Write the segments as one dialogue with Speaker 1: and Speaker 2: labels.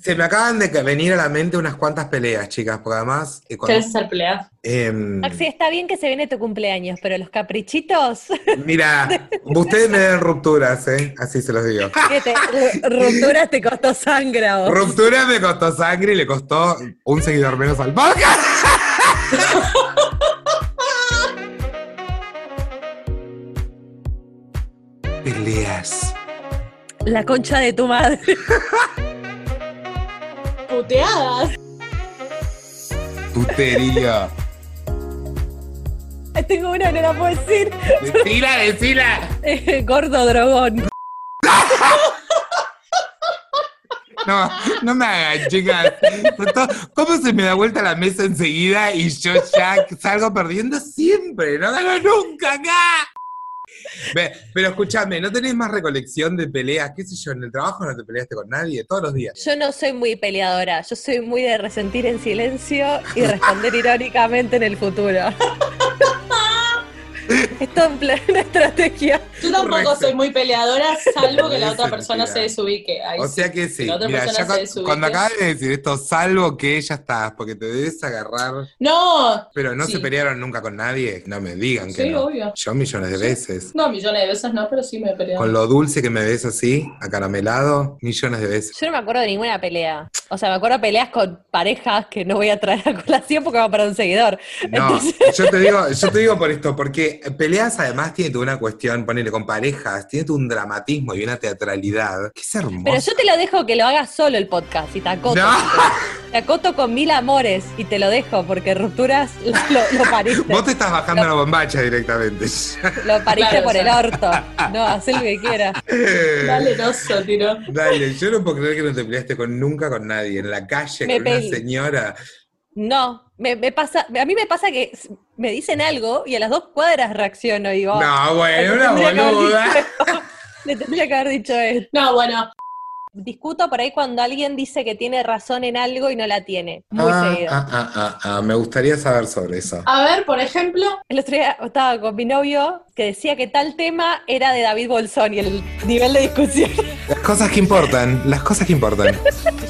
Speaker 1: Se me acaban de que- venir a la mente unas cuantas peleas, chicas, porque además... eh, cuando-
Speaker 2: ¿Quieres hacer pelea?
Speaker 1: em,
Speaker 3: Maxi, está bien que se viene tu cumpleaños, pero los caprichitos,
Speaker 1: mira, ustedes me den rupturas, ¿eh? Así se los digo.
Speaker 3: que te, ru- rupturas te costó sangre a vos.
Speaker 1: Ruptura me costó sangre y le costó un seguidor menos al podcast. Peleas.
Speaker 3: La concha de tu madre.
Speaker 2: Puteadas.
Speaker 1: Putería.
Speaker 3: Tengo una, no la puedo decir.
Speaker 1: Decila, decila.
Speaker 3: Eh, Gordo drogón.
Speaker 1: No, no me hagan, chicas. Esto- ¿Cómo se me da vuelta la mesa enseguida y yo ya salgo perdiendo siempre? No gano nunca acá. Ve, Pero escúchame, ¿no tenés más recolección de peleas? ¿Qué sé yo? En el trabajo no te peleaste con nadie todos los días.
Speaker 3: Yo no soy muy peleadora, yo soy muy de resentir en silencio y responder irónicamente en el futuro. Esto en plena estrategia.
Speaker 2: Yo tampoco
Speaker 1: Correcto.
Speaker 2: soy muy peleadora, salvo que la
Speaker 1: Eso,
Speaker 2: otra persona
Speaker 1: mentira.
Speaker 2: se desubique. Ahí
Speaker 1: O
Speaker 2: sí.
Speaker 1: sea que sí.
Speaker 2: La otra
Speaker 1: Mira,
Speaker 2: persona
Speaker 1: ya
Speaker 2: se
Speaker 1: cuan-
Speaker 2: desubique.
Speaker 1: cuando acabas de decir esto, salvo que ya estás, porque te debes agarrar.
Speaker 2: No,
Speaker 1: Pero no
Speaker 2: Sí.
Speaker 1: se pelearon nunca con nadie. No me digan que
Speaker 2: Sí,
Speaker 1: no.
Speaker 2: obvio.
Speaker 1: Yo millones de
Speaker 2: Sí.
Speaker 1: veces.
Speaker 2: no, millones de veces no, pero sí me he peleado.
Speaker 1: Con lo dulce que me ves así, acaramelado, millones de veces.
Speaker 3: Yo no me acuerdo de ninguna pelea. O sea, me acuerdo peleas con parejas que no voy a traer a colación porque va para un seguidor.
Speaker 1: No,
Speaker 3: Entonces-
Speaker 1: yo te digo, yo te digo por esto, porque peleas además tiene toda una cuestión, ponele con parejas, tiene todo un dramatismo y una teatralidad. Que es hermoso.
Speaker 3: Pero yo te lo dejo que lo hagas solo el podcast y te acoto.
Speaker 1: No,
Speaker 3: Te acoto con mil amores y te lo dejo porque rupturas lo, lo- lo pariste.
Speaker 1: vos te estás bajando la bombacha directamente.
Speaker 3: Lo pariste
Speaker 2: Claro,
Speaker 3: por
Speaker 2: o
Speaker 3: el orto. No, haz lo que quieras.
Speaker 2: Dale, oso, tiro.
Speaker 1: Dale, yo no puedo creer que no te peleaste con nunca con nadie, en la calle,
Speaker 3: Me
Speaker 1: con una
Speaker 3: peleé.
Speaker 1: señora.
Speaker 3: No, me, me pasa, a mí me pasa que s- me dicen algo y a las dos cuadras reacciono y digo, "Ah,
Speaker 1: No, bueno,
Speaker 3: le
Speaker 1: una
Speaker 3: tendría que haber
Speaker 1: boluda.
Speaker 3: dicho- Le tendría que haber dicho esto.
Speaker 2: No, bueno,
Speaker 3: Discuto por ahí cuando alguien dice que tiene razón en algo y no la tiene. Muy
Speaker 1: Ah,
Speaker 3: seguido.
Speaker 1: ah, ah, ah, ah, me gustaría saber sobre eso.
Speaker 2: a ver, por ejemplo,
Speaker 3: El otro día estaba con mi novio que decía que tal tema era de David Bolsón y el nivel de discusión
Speaker 1: Las cosas que importan, las cosas que importan.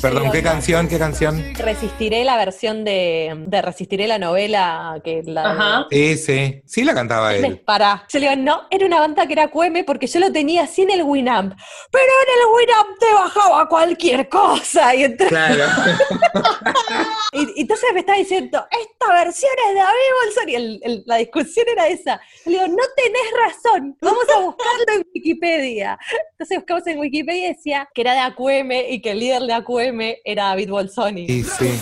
Speaker 1: Perdón, ¿qué canción? ¿Qué canción?
Speaker 3: Resistiré la versión de, de Resistiré la novela que la de-
Speaker 2: Ajá.
Speaker 1: Ese, sí la cantaba
Speaker 3: Me
Speaker 1: él.
Speaker 3: pará. Yo le digo, no, era una banda que era QM porque yo lo tenía así en el Winamp. Pero en el Winamp te bajaba cualquier cosa. Y, entra-
Speaker 1: Claro.
Speaker 3: y- y entonces me estaba diciendo, esta versión es de David Bolsón. Y el- el- la discusión era esa. Le digo, no tenés razón, vamos a buscarlo en Wikipedia. Entonces buscamos en Wikipedia y decía que era de AQM y que el líder de AQM era David Bolsoni.
Speaker 1: Y sí.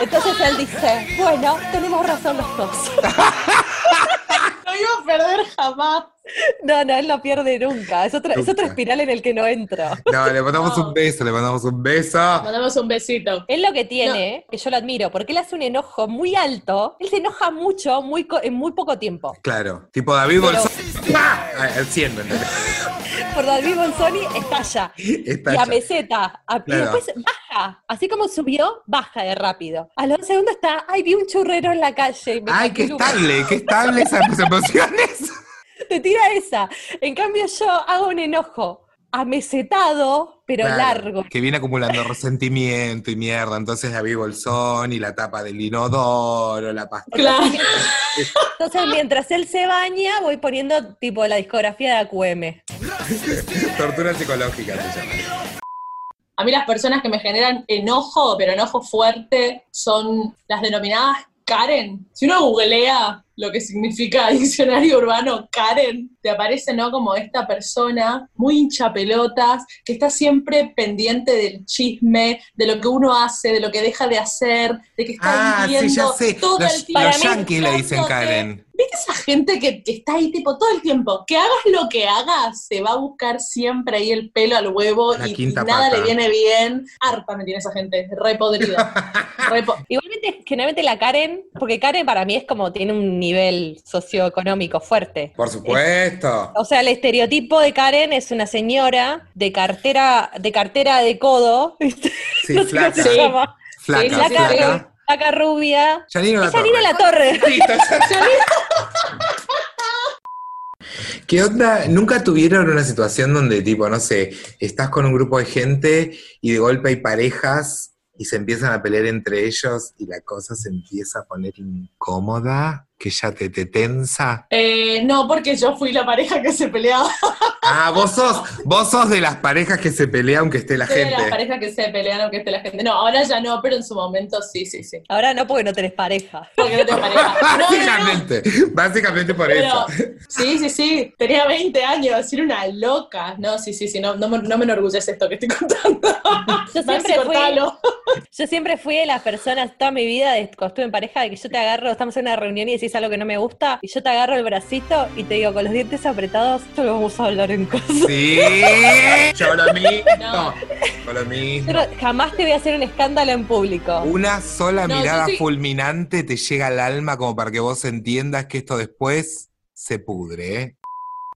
Speaker 3: Entonces él dice, bueno, tenemos razón los dos.
Speaker 2: no iba a perder jamás.
Speaker 3: No, no, él no pierde nunca. Es otra, es
Speaker 1: Nunca.
Speaker 3: otra espiral en el que no entro.
Speaker 1: No, le mandamos un beso, le mandamos un beso.
Speaker 2: Mandamos un besito.
Speaker 3: Es lo que tiene, eh, que yo lo admiro, porque él hace un enojo muy alto, él se enoja mucho muy co- en muy poco tiempo.
Speaker 1: Claro, tipo David
Speaker 3: Pero-
Speaker 1: Bolsón. ¡Ah! Al 100, ¿me entendés?
Speaker 3: Por David Bolsoni estalla.
Speaker 1: Está
Speaker 3: Y a
Speaker 1: hecho.
Speaker 3: meseta. a- Y
Speaker 1: Claro.
Speaker 3: después baja. Así como subió, baja de rápido. A los segundos está, ay, vi un churrero en la calle. y me
Speaker 1: Ay,
Speaker 3: saqué
Speaker 1: qué
Speaker 3: el Uber".
Speaker 1: estable, qué estable esas emociones.
Speaker 3: Te tira esa. En cambio, yo hago un enojo amesetado, pero
Speaker 1: Claro,
Speaker 3: largo.
Speaker 1: Que viene acumulando resentimiento y mierda. Entonces David Bolsón y la tapa del inodoro, la pasta.
Speaker 2: Claro.
Speaker 3: Entonces, mientras él se baña, voy poniendo tipo la discografía de AQM.
Speaker 1: Tortura psicológica se llama.
Speaker 2: A mí las personas que me generan enojo, pero enojo fuerte, son las denominadas Karen. Si uno googlea lo que significa diccionario urbano Karen, te aparece, ¿no? Como esta persona muy hincha pelotas, que está siempre pendiente del chisme, de lo que uno hace, de lo que deja de hacer, de que está
Speaker 1: Ah,
Speaker 2: viviendo
Speaker 1: sí, ya sé.
Speaker 2: todo el
Speaker 1: Los,
Speaker 2: tiempo.
Speaker 1: los yankees le dicen
Speaker 2: buscándote.
Speaker 1: Karen.
Speaker 2: ¿Viste esa gente que, que está ahí tipo todo el tiempo? Que hagas lo que hagas, se va a buscar siempre ahí el pelo al huevo
Speaker 1: La
Speaker 2: y, y
Speaker 1: quinta
Speaker 2: nada
Speaker 1: pata.
Speaker 2: le viene bien. Arpa me tiene esa gente, re podrida. re po-
Speaker 3: Igualmente, generalmente la Karen, porque Karen para mí es como tiene un nivel socioeconómico fuerte.
Speaker 1: Por supuesto.
Speaker 3: O sea, el estereotipo de Karen es una señora de cartera de cartera de codo, ¿viste?
Speaker 1: Sí,
Speaker 3: no sé cómo
Speaker 1: flaca,
Speaker 3: se llama.
Speaker 1: flaca,
Speaker 2: Sí,
Speaker 3: Flaca,
Speaker 2: sí, sí.
Speaker 1: flaca.
Speaker 3: ru- flaca rubia.
Speaker 1: Yanina
Speaker 3: Y
Speaker 1: La
Speaker 3: Yanina
Speaker 1: Torre.
Speaker 3: La Torre.
Speaker 1: Listo, ya- ¿Qué onda? ¿Nunca tuvieron una situación donde, tipo, no sé, estás con un grupo de gente y de golpe hay parejas y se empiezan a pelear entre ellos y la cosa se empieza a poner incómoda, que ya te, te tensa?
Speaker 2: Eh, no, porque yo fui la pareja que se peleaba.
Speaker 1: Ah, vos sos, vos sos de las parejas que se pelea aunque esté la
Speaker 2: Soy de
Speaker 1: gente.
Speaker 2: las parejas que se pelean aunque esté la gente. No, ahora ya no, pero en su momento sí, sí, sí.
Speaker 3: Ahora no porque no tenés pareja.
Speaker 2: Porque no te pareja. No, no, no.
Speaker 1: básicamente, básicamente por
Speaker 2: Pero,
Speaker 1: eso.
Speaker 2: sí, sí, sí, tenía 20 años, era una loca. No, sí, sí, sí, no, no, me- no me enorgullece esto que estoy contando. Maxi,
Speaker 3: Yo siempre fui-
Speaker 2: cortalo.
Speaker 3: Yo siempre fui de las personas toda mi vida, de- cuando estuve en pareja, de que yo te agarro, estamos en una reunión y decís algo que no me gusta, y yo te agarro el bracito y te digo con los dientes apretados, esto lo vamos a hablar en casa.
Speaker 1: Sí, yo lo mismo.
Speaker 2: No.
Speaker 1: Yo lo mismo.
Speaker 3: Pero jamás te voy a hacer un escándalo en público.
Speaker 1: Una sola
Speaker 2: No, yo
Speaker 1: mirada
Speaker 2: sí-
Speaker 1: fulminante te llega al alma como para que vos entiendas que esto después se pudre. ¿eh?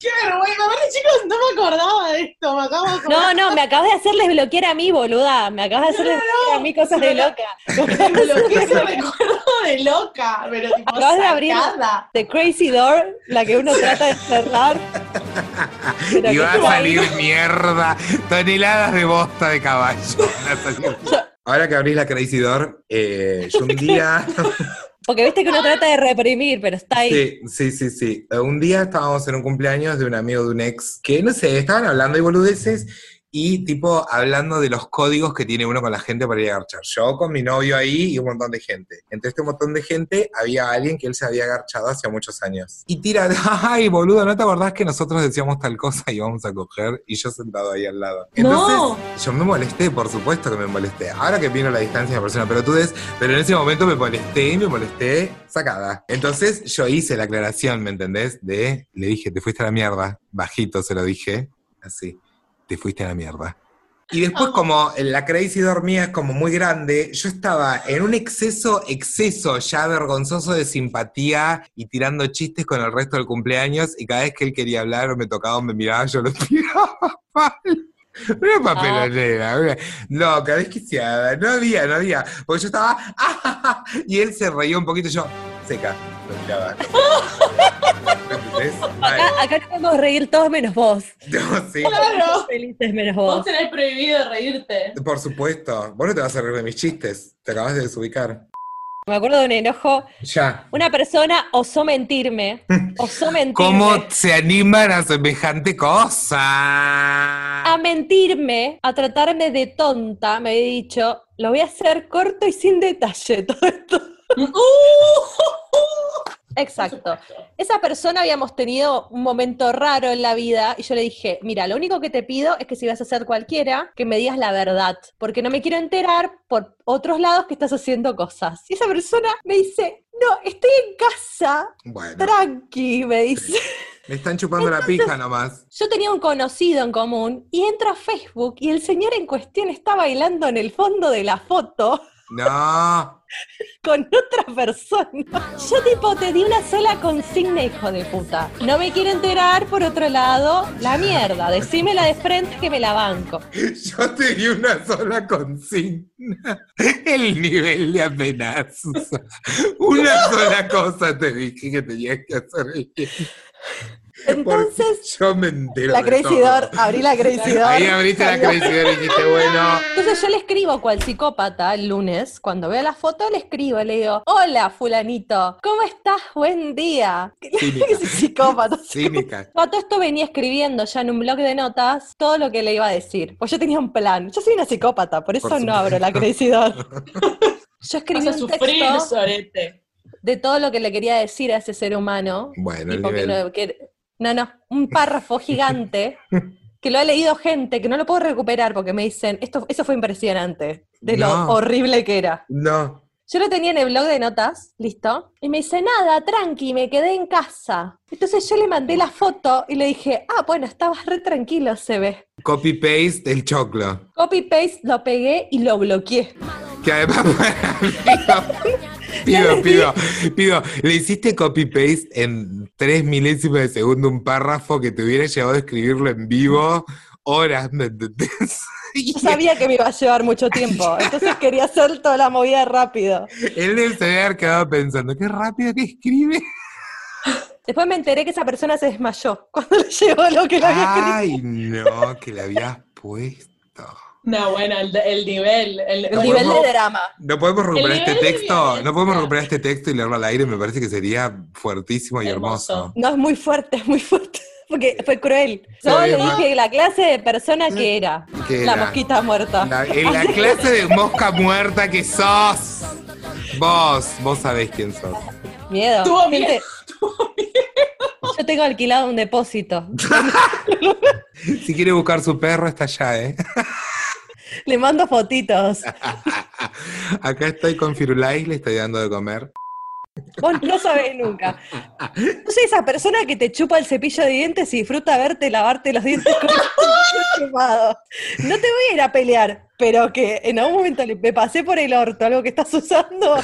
Speaker 2: Qué vergüenza, aparte, chicos, no me acordaba de esto, me acabo de acordar.
Speaker 3: No, no, me acabas de hacer desbloquear a mí, boluda. Me acabas de hacer desbloquear a mí cosas
Speaker 2: No,
Speaker 3: de
Speaker 2: no.
Speaker 3: loca.
Speaker 2: Lo que se recuerdo de loca, pero tipo
Speaker 3: Acabas de abrir-
Speaker 2: sacada.
Speaker 3: The Crazy Door, la que uno trata de cerrar. Pero
Speaker 1: Y
Speaker 3: que
Speaker 1: va a
Speaker 3: estuvo
Speaker 1: salir
Speaker 3: ahí.
Speaker 1: mierda, toneladas de bosta de caballo. van a salir. Ahora que abrís la Crazy Door, eh, yo un día.
Speaker 3: Porque viste que uno trata de reprimir, pero está ahí.
Speaker 1: Sí, sí, sí, sí. Eh, Un día estábamos en un cumpleaños de un amigo de un ex que, no sé, estaban hablando de boludeces y tipo hablando de los códigos que tiene uno con la gente para ir a garchar. Yo con mi novio ahí y un montón de gente. Entre este montón de gente había alguien que él se había garchado hace muchos años. Y tira, ay, boludo, ¿no te acordás que nosotros decíamos tal cosa y íbamos a coger? Y yo sentado ahí al lado. Entonces,
Speaker 2: No.
Speaker 1: yo me molesté, por supuesto que me molesté. Ahora que vino la distancia de persona pelotudez, pero en ese momento me molesté y me molesté sacada. Entonces yo hice la aclaración, ¿me entendés? De, le dije, te fuiste a la mierda. Bajito se lo dije, así, te fuiste a la mierda. Y después como la crazy dormía es como muy grande, yo estaba en un exceso, exceso ya vergonzoso de simpatía y tirando chistes con el resto del cumpleaños y cada vez que él quería hablar o me tocaba o me miraba, yo lo tiraba mal. Una papelonera, una loca, desquiciada, no había, no había. Porque yo estaba, "Ah, ja, ja", y él se reía un poquito, y yo, seca, lo miraba. ¿Entendés? Mal.
Speaker 3: Acá, acá nos podemos reír todos menos vos.
Speaker 1: No, sí.
Speaker 2: Claro,
Speaker 3: Felices menos
Speaker 2: vos
Speaker 3: vos.
Speaker 2: tenés prohibido reírte.
Speaker 1: Por supuesto. Vos no te vas a reír de mis chistes. Te acabas de desubicar.
Speaker 3: Me acuerdo de un enojo.
Speaker 1: Ya.
Speaker 3: Una persona osó mentirme. Osó mentirme.
Speaker 1: ¿Cómo se animan a semejante cosa?
Speaker 3: A mentirme, a tratarme de tonta, me había dicho, lo voy a hacer corto y sin detalle todo esto. Exacto. Esa persona habíamos tenido un momento raro en la vida y yo le dije, mira, lo único que te pido es que si vas a hacer cualquiera, que me digas la verdad, porque no me quiero enterar por otros lados que estás haciendo cosas. Y esa persona me dice, no, estoy en casa,
Speaker 1: Bueno,
Speaker 3: tranqui, me dice.
Speaker 1: me están chupando la pija nomás.
Speaker 3: Yo tenía un conocido en común y entro a Facebook y el señor en cuestión está bailando en el fondo de la foto
Speaker 1: No.
Speaker 3: con otra persona. Yo tipo te di una sola consigna, hijo de puta. No me quiero enterar por otro lado, la mierda, decímela de frente que me la banco.
Speaker 1: Yo te di una sola consigna. El nivel de amenaza. Una sola cosa te dije que tenías que hacer.
Speaker 3: Entonces,
Speaker 1: Porque yo me entero.
Speaker 3: la
Speaker 1: de
Speaker 3: Crazy
Speaker 1: todo.
Speaker 3: Door, abrí la Crazy Door.
Speaker 1: Ahí abriste la
Speaker 3: salió.
Speaker 1: crazy door y dijiste, bueno.
Speaker 3: Entonces yo le escribo cual psicópata el lunes, cuando veo la foto le escribo, le digo, hola fulanito, ¿cómo estás? Buen día.
Speaker 1: Cínica.
Speaker 3: psicópata.
Speaker 1: Cínica.
Speaker 3: Yo a todo esto venía escribiendo ya en un blog de notas todo lo que le iba a decir. Pues yo tenía un plan. Yo soy una psicópata, por eso no
Speaker 1: supuesto.
Speaker 3: abro la crecidor. Yo escribí
Speaker 2: Vas a
Speaker 3: un
Speaker 2: sufrir, este.
Speaker 3: texto
Speaker 2: sorete.
Speaker 3: de todo lo que le quería decir a ese ser humano.
Speaker 1: Bueno, el
Speaker 3: Tipo que
Speaker 1: nivel.
Speaker 3: no, que- no, no, un párrafo gigante que lo ha leído gente que no lo puedo recuperar porque me dicen, esto, eso fue impresionante, de
Speaker 1: No.
Speaker 3: lo horrible que era.
Speaker 1: No.
Speaker 3: Yo lo tenía en el blog de notas, listo, y me dice, nada, tranqui, me quedé en casa. Entonces yo le mandé la foto y le dije, ah, bueno, estabas re tranquilo, se ve.
Speaker 1: Copy paste del choclo.
Speaker 3: Copy paste, lo pegué y lo bloqueé.
Speaker 1: Que además pido, pido, pido, pido. Le hiciste copy paste en tres milésimas de segundo un párrafo que te hubiera llevado a escribirlo en vivo horas, ¿me entendés? Y
Speaker 3: Yo sabía que me iba a llevar mucho tiempo, entonces quería hacer toda la movida rápido.
Speaker 1: él debe se haber quedado pensando, qué rápido que escribe.
Speaker 3: Después me enteré que esa persona se desmayó cuando le llegó lo que le había escrito.
Speaker 1: Ay, no, que le habías puesto.
Speaker 2: No, bueno, el, el nivel. El,
Speaker 3: El nivel de drama.
Speaker 1: No podemos recuperar
Speaker 2: nivel
Speaker 1: este
Speaker 2: de
Speaker 1: texto,
Speaker 2: violencia.
Speaker 1: no podemos recuperar este texto y leerlo al aire, me parece que sería fuertísimo y hermoso.
Speaker 3: No, es muy fuerte, es muy fuerte. Porque fue cruel. Yo
Speaker 1: Sí,
Speaker 3: le
Speaker 1: ma.
Speaker 3: dije la clase de persona que era.
Speaker 1: Mm. Que
Speaker 3: la
Speaker 1: era.
Speaker 3: mosquita muerta.
Speaker 1: La- en la clase de mosca muerta que sos. Vos, vos sabés quién sos.
Speaker 3: Miedo.
Speaker 2: Tuvo miedo,
Speaker 3: Gente, Yo tengo alquilado un depósito.
Speaker 1: Si quiere buscar su perro, está allá, ¿eh?
Speaker 3: Le mando fotitos.
Speaker 1: Acá estoy con Firulais, le estoy dando de comer.
Speaker 3: Vos no sabés nunca. Yo soy esa persona que te chupa el cepillo de dientes y disfruta verte lavarte los dientes con el cepillo chupado. No te voy a ir a pelear, pero que en algún momento le- me pasé por el orto algo que estás usando.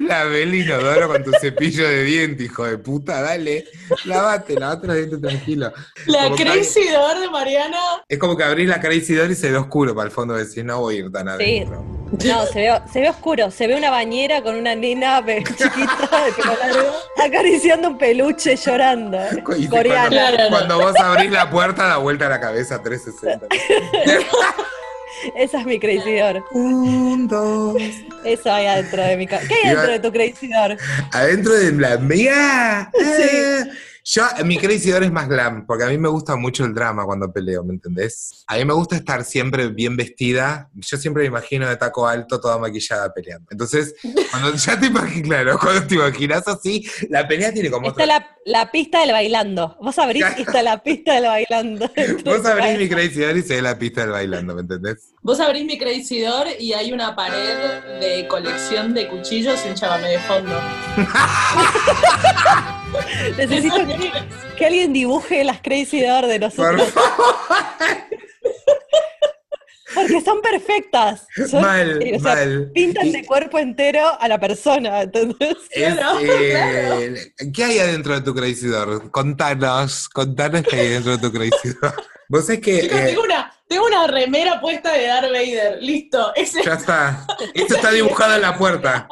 Speaker 1: La el inodoro con tu cepillo de diente, hijo de puta, dale. Lavate, lavate los dientes tranquilo.
Speaker 2: La
Speaker 1: Como que-
Speaker 2: crisis de hogar de Mariana.
Speaker 1: Es como que abrís la crisis y se ve oscuro para el fondo y decís, no voy a ir tan adentro.
Speaker 3: No, se ve, se ve oscuro. Se ve una bañera con una nena pe- chiquita de pelo largo acariciando un peluche llorando.
Speaker 1: Y te-
Speaker 3: Coreana.
Speaker 1: Cuando,
Speaker 2: Claro, no.
Speaker 1: cuando vos abrís la puerta, da vuelta la cabeza 360.
Speaker 3: Esa es mi crecidor.
Speaker 1: Un, dos.
Speaker 3: Eso hay adentro de mi casa. ¿Qué hay
Speaker 1: Iba-
Speaker 3: adentro de tu crecidor?
Speaker 1: Adentro de la mía. eh. Yo, mi crecidor es más glam, porque a mí me gusta mucho el drama cuando peleo, ¿me entendés? A mí me gusta estar siempre bien vestida. Yo siempre me imagino de taco alto, toda maquillada peleando. Entonces, cuando ya te imaginas, claro, cuando te imaginas así, la pelea tiene como
Speaker 3: Está
Speaker 1: otra
Speaker 3: la, la pista del bailando. Vos abrís y está la pista del bailando.
Speaker 1: Vos abrís mi crecidor y se ve la pista del bailando, ¿me entendés?
Speaker 2: Vos abrís mi crecidor y hay una pared de colección de cuchillos y un chamamé de fondo.
Speaker 3: Necesito que, que alguien dibuje las Crazy Door
Speaker 1: Por
Speaker 3: de nosotros.
Speaker 1: favor,
Speaker 3: Porque son perfectas. Son-
Speaker 1: mal,
Speaker 3: o sea,
Speaker 1: mal.
Speaker 3: Pintan
Speaker 1: Y-
Speaker 3: de cuerpo entero a la persona, ¿entendés?
Speaker 1: es,
Speaker 2: Claro,
Speaker 1: eh, ¿Qué hay adentro de tu crecidor? Contanos, contanos qué hay adentro de tu crecidor. Vos es que...
Speaker 2: Chicos,
Speaker 1: eh,
Speaker 2: tengo, una, tengo una remera puesta de Darth Vader. Listo. Ese,
Speaker 1: Ya está. Esto está dibujado en la puerta.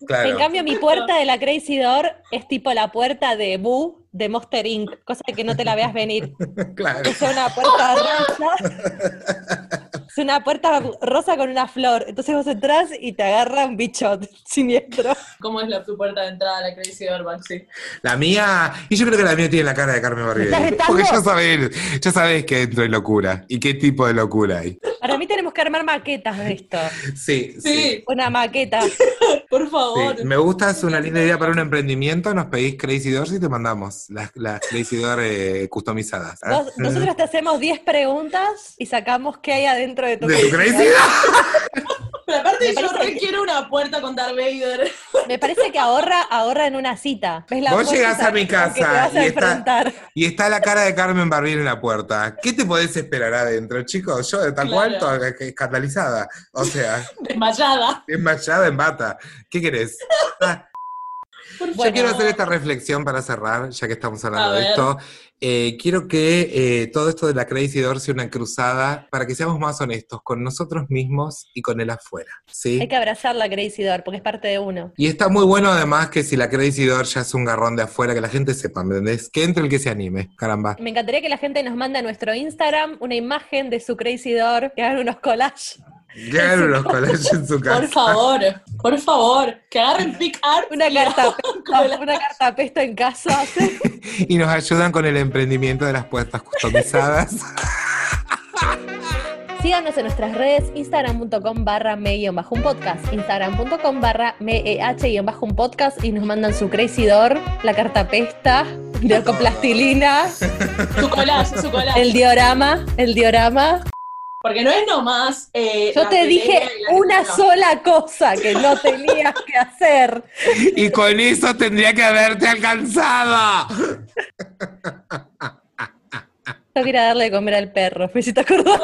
Speaker 3: En
Speaker 1: Claro.
Speaker 3: cambio, mi puerta de la Crazy Door es tipo la puerta de Boo de Monster Inc., cosa que no te la veas venir.
Speaker 1: Claro.
Speaker 3: Es una puerta rosa. Es una puerta rosa con una flor. Entonces vos entras y te agarra un bicho siniestro.
Speaker 2: ¿Cómo es la, tu puerta de entrada a la crecidor, Maxi?
Speaker 1: La mía, y yo creo que la mía tiene la cara de Carmen
Speaker 3: ¿Me
Speaker 1: Barbieri.
Speaker 3: estás
Speaker 1: Porque ya
Speaker 3: retando?
Speaker 1: sabés, ya sabés que dentro hay locura. Y qué tipo de locura hay.
Speaker 3: Para mí tenemos que armar maquetas de esto.
Speaker 1: Sí, sí.
Speaker 2: Sí,
Speaker 3: Una maqueta.
Speaker 2: por favor.
Speaker 1: sí. Me gusta, es una linda idea para un emprendimiento. Nos pedís Crazy Doors y te mandamos las, las Crazy Doors eh, customizadas. ¿eh?
Speaker 3: Nos- nosotros te hacemos 10 preguntas y sacamos qué hay adentro de tu
Speaker 1: ¿De tu Crazy
Speaker 3: Door.
Speaker 1: Door?
Speaker 2: Pero aparte,
Speaker 3: Me
Speaker 2: yo
Speaker 3: parece que-
Speaker 2: requiero una puerta con Darth Vader.
Speaker 3: Me parece que ahorra, ahorra en una cita. ¿Ves la
Speaker 1: Vos
Speaker 3: foto
Speaker 1: llegás a mi
Speaker 3: con que te
Speaker 1: casa
Speaker 3: vas a
Speaker 1: y está-
Speaker 3: enfrentar.
Speaker 1: Y está la cara de Carmen Barbieri en la puerta. ¿Qué te podés esperar adentro, chicos? Yo de tal
Speaker 2: Claro.
Speaker 1: cual, escandalizada. O sea.
Speaker 2: Desmayada.
Speaker 1: Desmayada en bata. ¿Qué querés? Ah,
Speaker 2: Por
Speaker 3: Bueno.
Speaker 1: Yo quiero hacer esta reflexión para cerrar, ya que estamos hablando
Speaker 2: A
Speaker 1: de
Speaker 2: ver.
Speaker 1: esto. Eh, quiero que eh, todo esto de la Crazy Door sea una cruzada para que seamos más honestos con nosotros mismos y con el afuera.
Speaker 3: Hay
Speaker 1: ¿sí?
Speaker 3: que abrazar la Crazy Door porque es parte de uno.
Speaker 1: Y está muy bueno además que si la Crazy Door ya es un garrón de afuera, que la gente sepa, ¿me entendés? Que entre el que se anime, caramba.
Speaker 3: Me encantaría que la gente nos mande a nuestro Instagram una imagen de su Crazy Door, que hagan unos collages.
Speaker 1: Llegaron los collages en su casa.
Speaker 2: Por favor, por favor. Que agarren pick art.
Speaker 3: Una
Speaker 2: y lo-
Speaker 3: carta, pesta, una carta pesta en casa.
Speaker 1: Y nos ayudan con el emprendimiento de las puertas customizadas.
Speaker 3: Síganos en nuestras redes, instagram.com barra me-bajo un podcast, instagram.com barra e me-bajo un podcast y nos mandan su crazy door, la carta pesta, la plastilina,
Speaker 2: Su collage, su collage.
Speaker 3: el diorama, el diorama.
Speaker 2: Porque no es nomás. eh,
Speaker 3: Yo
Speaker 2: la
Speaker 3: te
Speaker 2: pelea
Speaker 3: dije
Speaker 2: y la-
Speaker 3: una
Speaker 2: no.
Speaker 3: sola cosa que no tenías que hacer.
Speaker 1: Y con eso tendría que haberte alcanzado.
Speaker 3: Tengo que ir a darle de comer al perro, me hiciste acordar.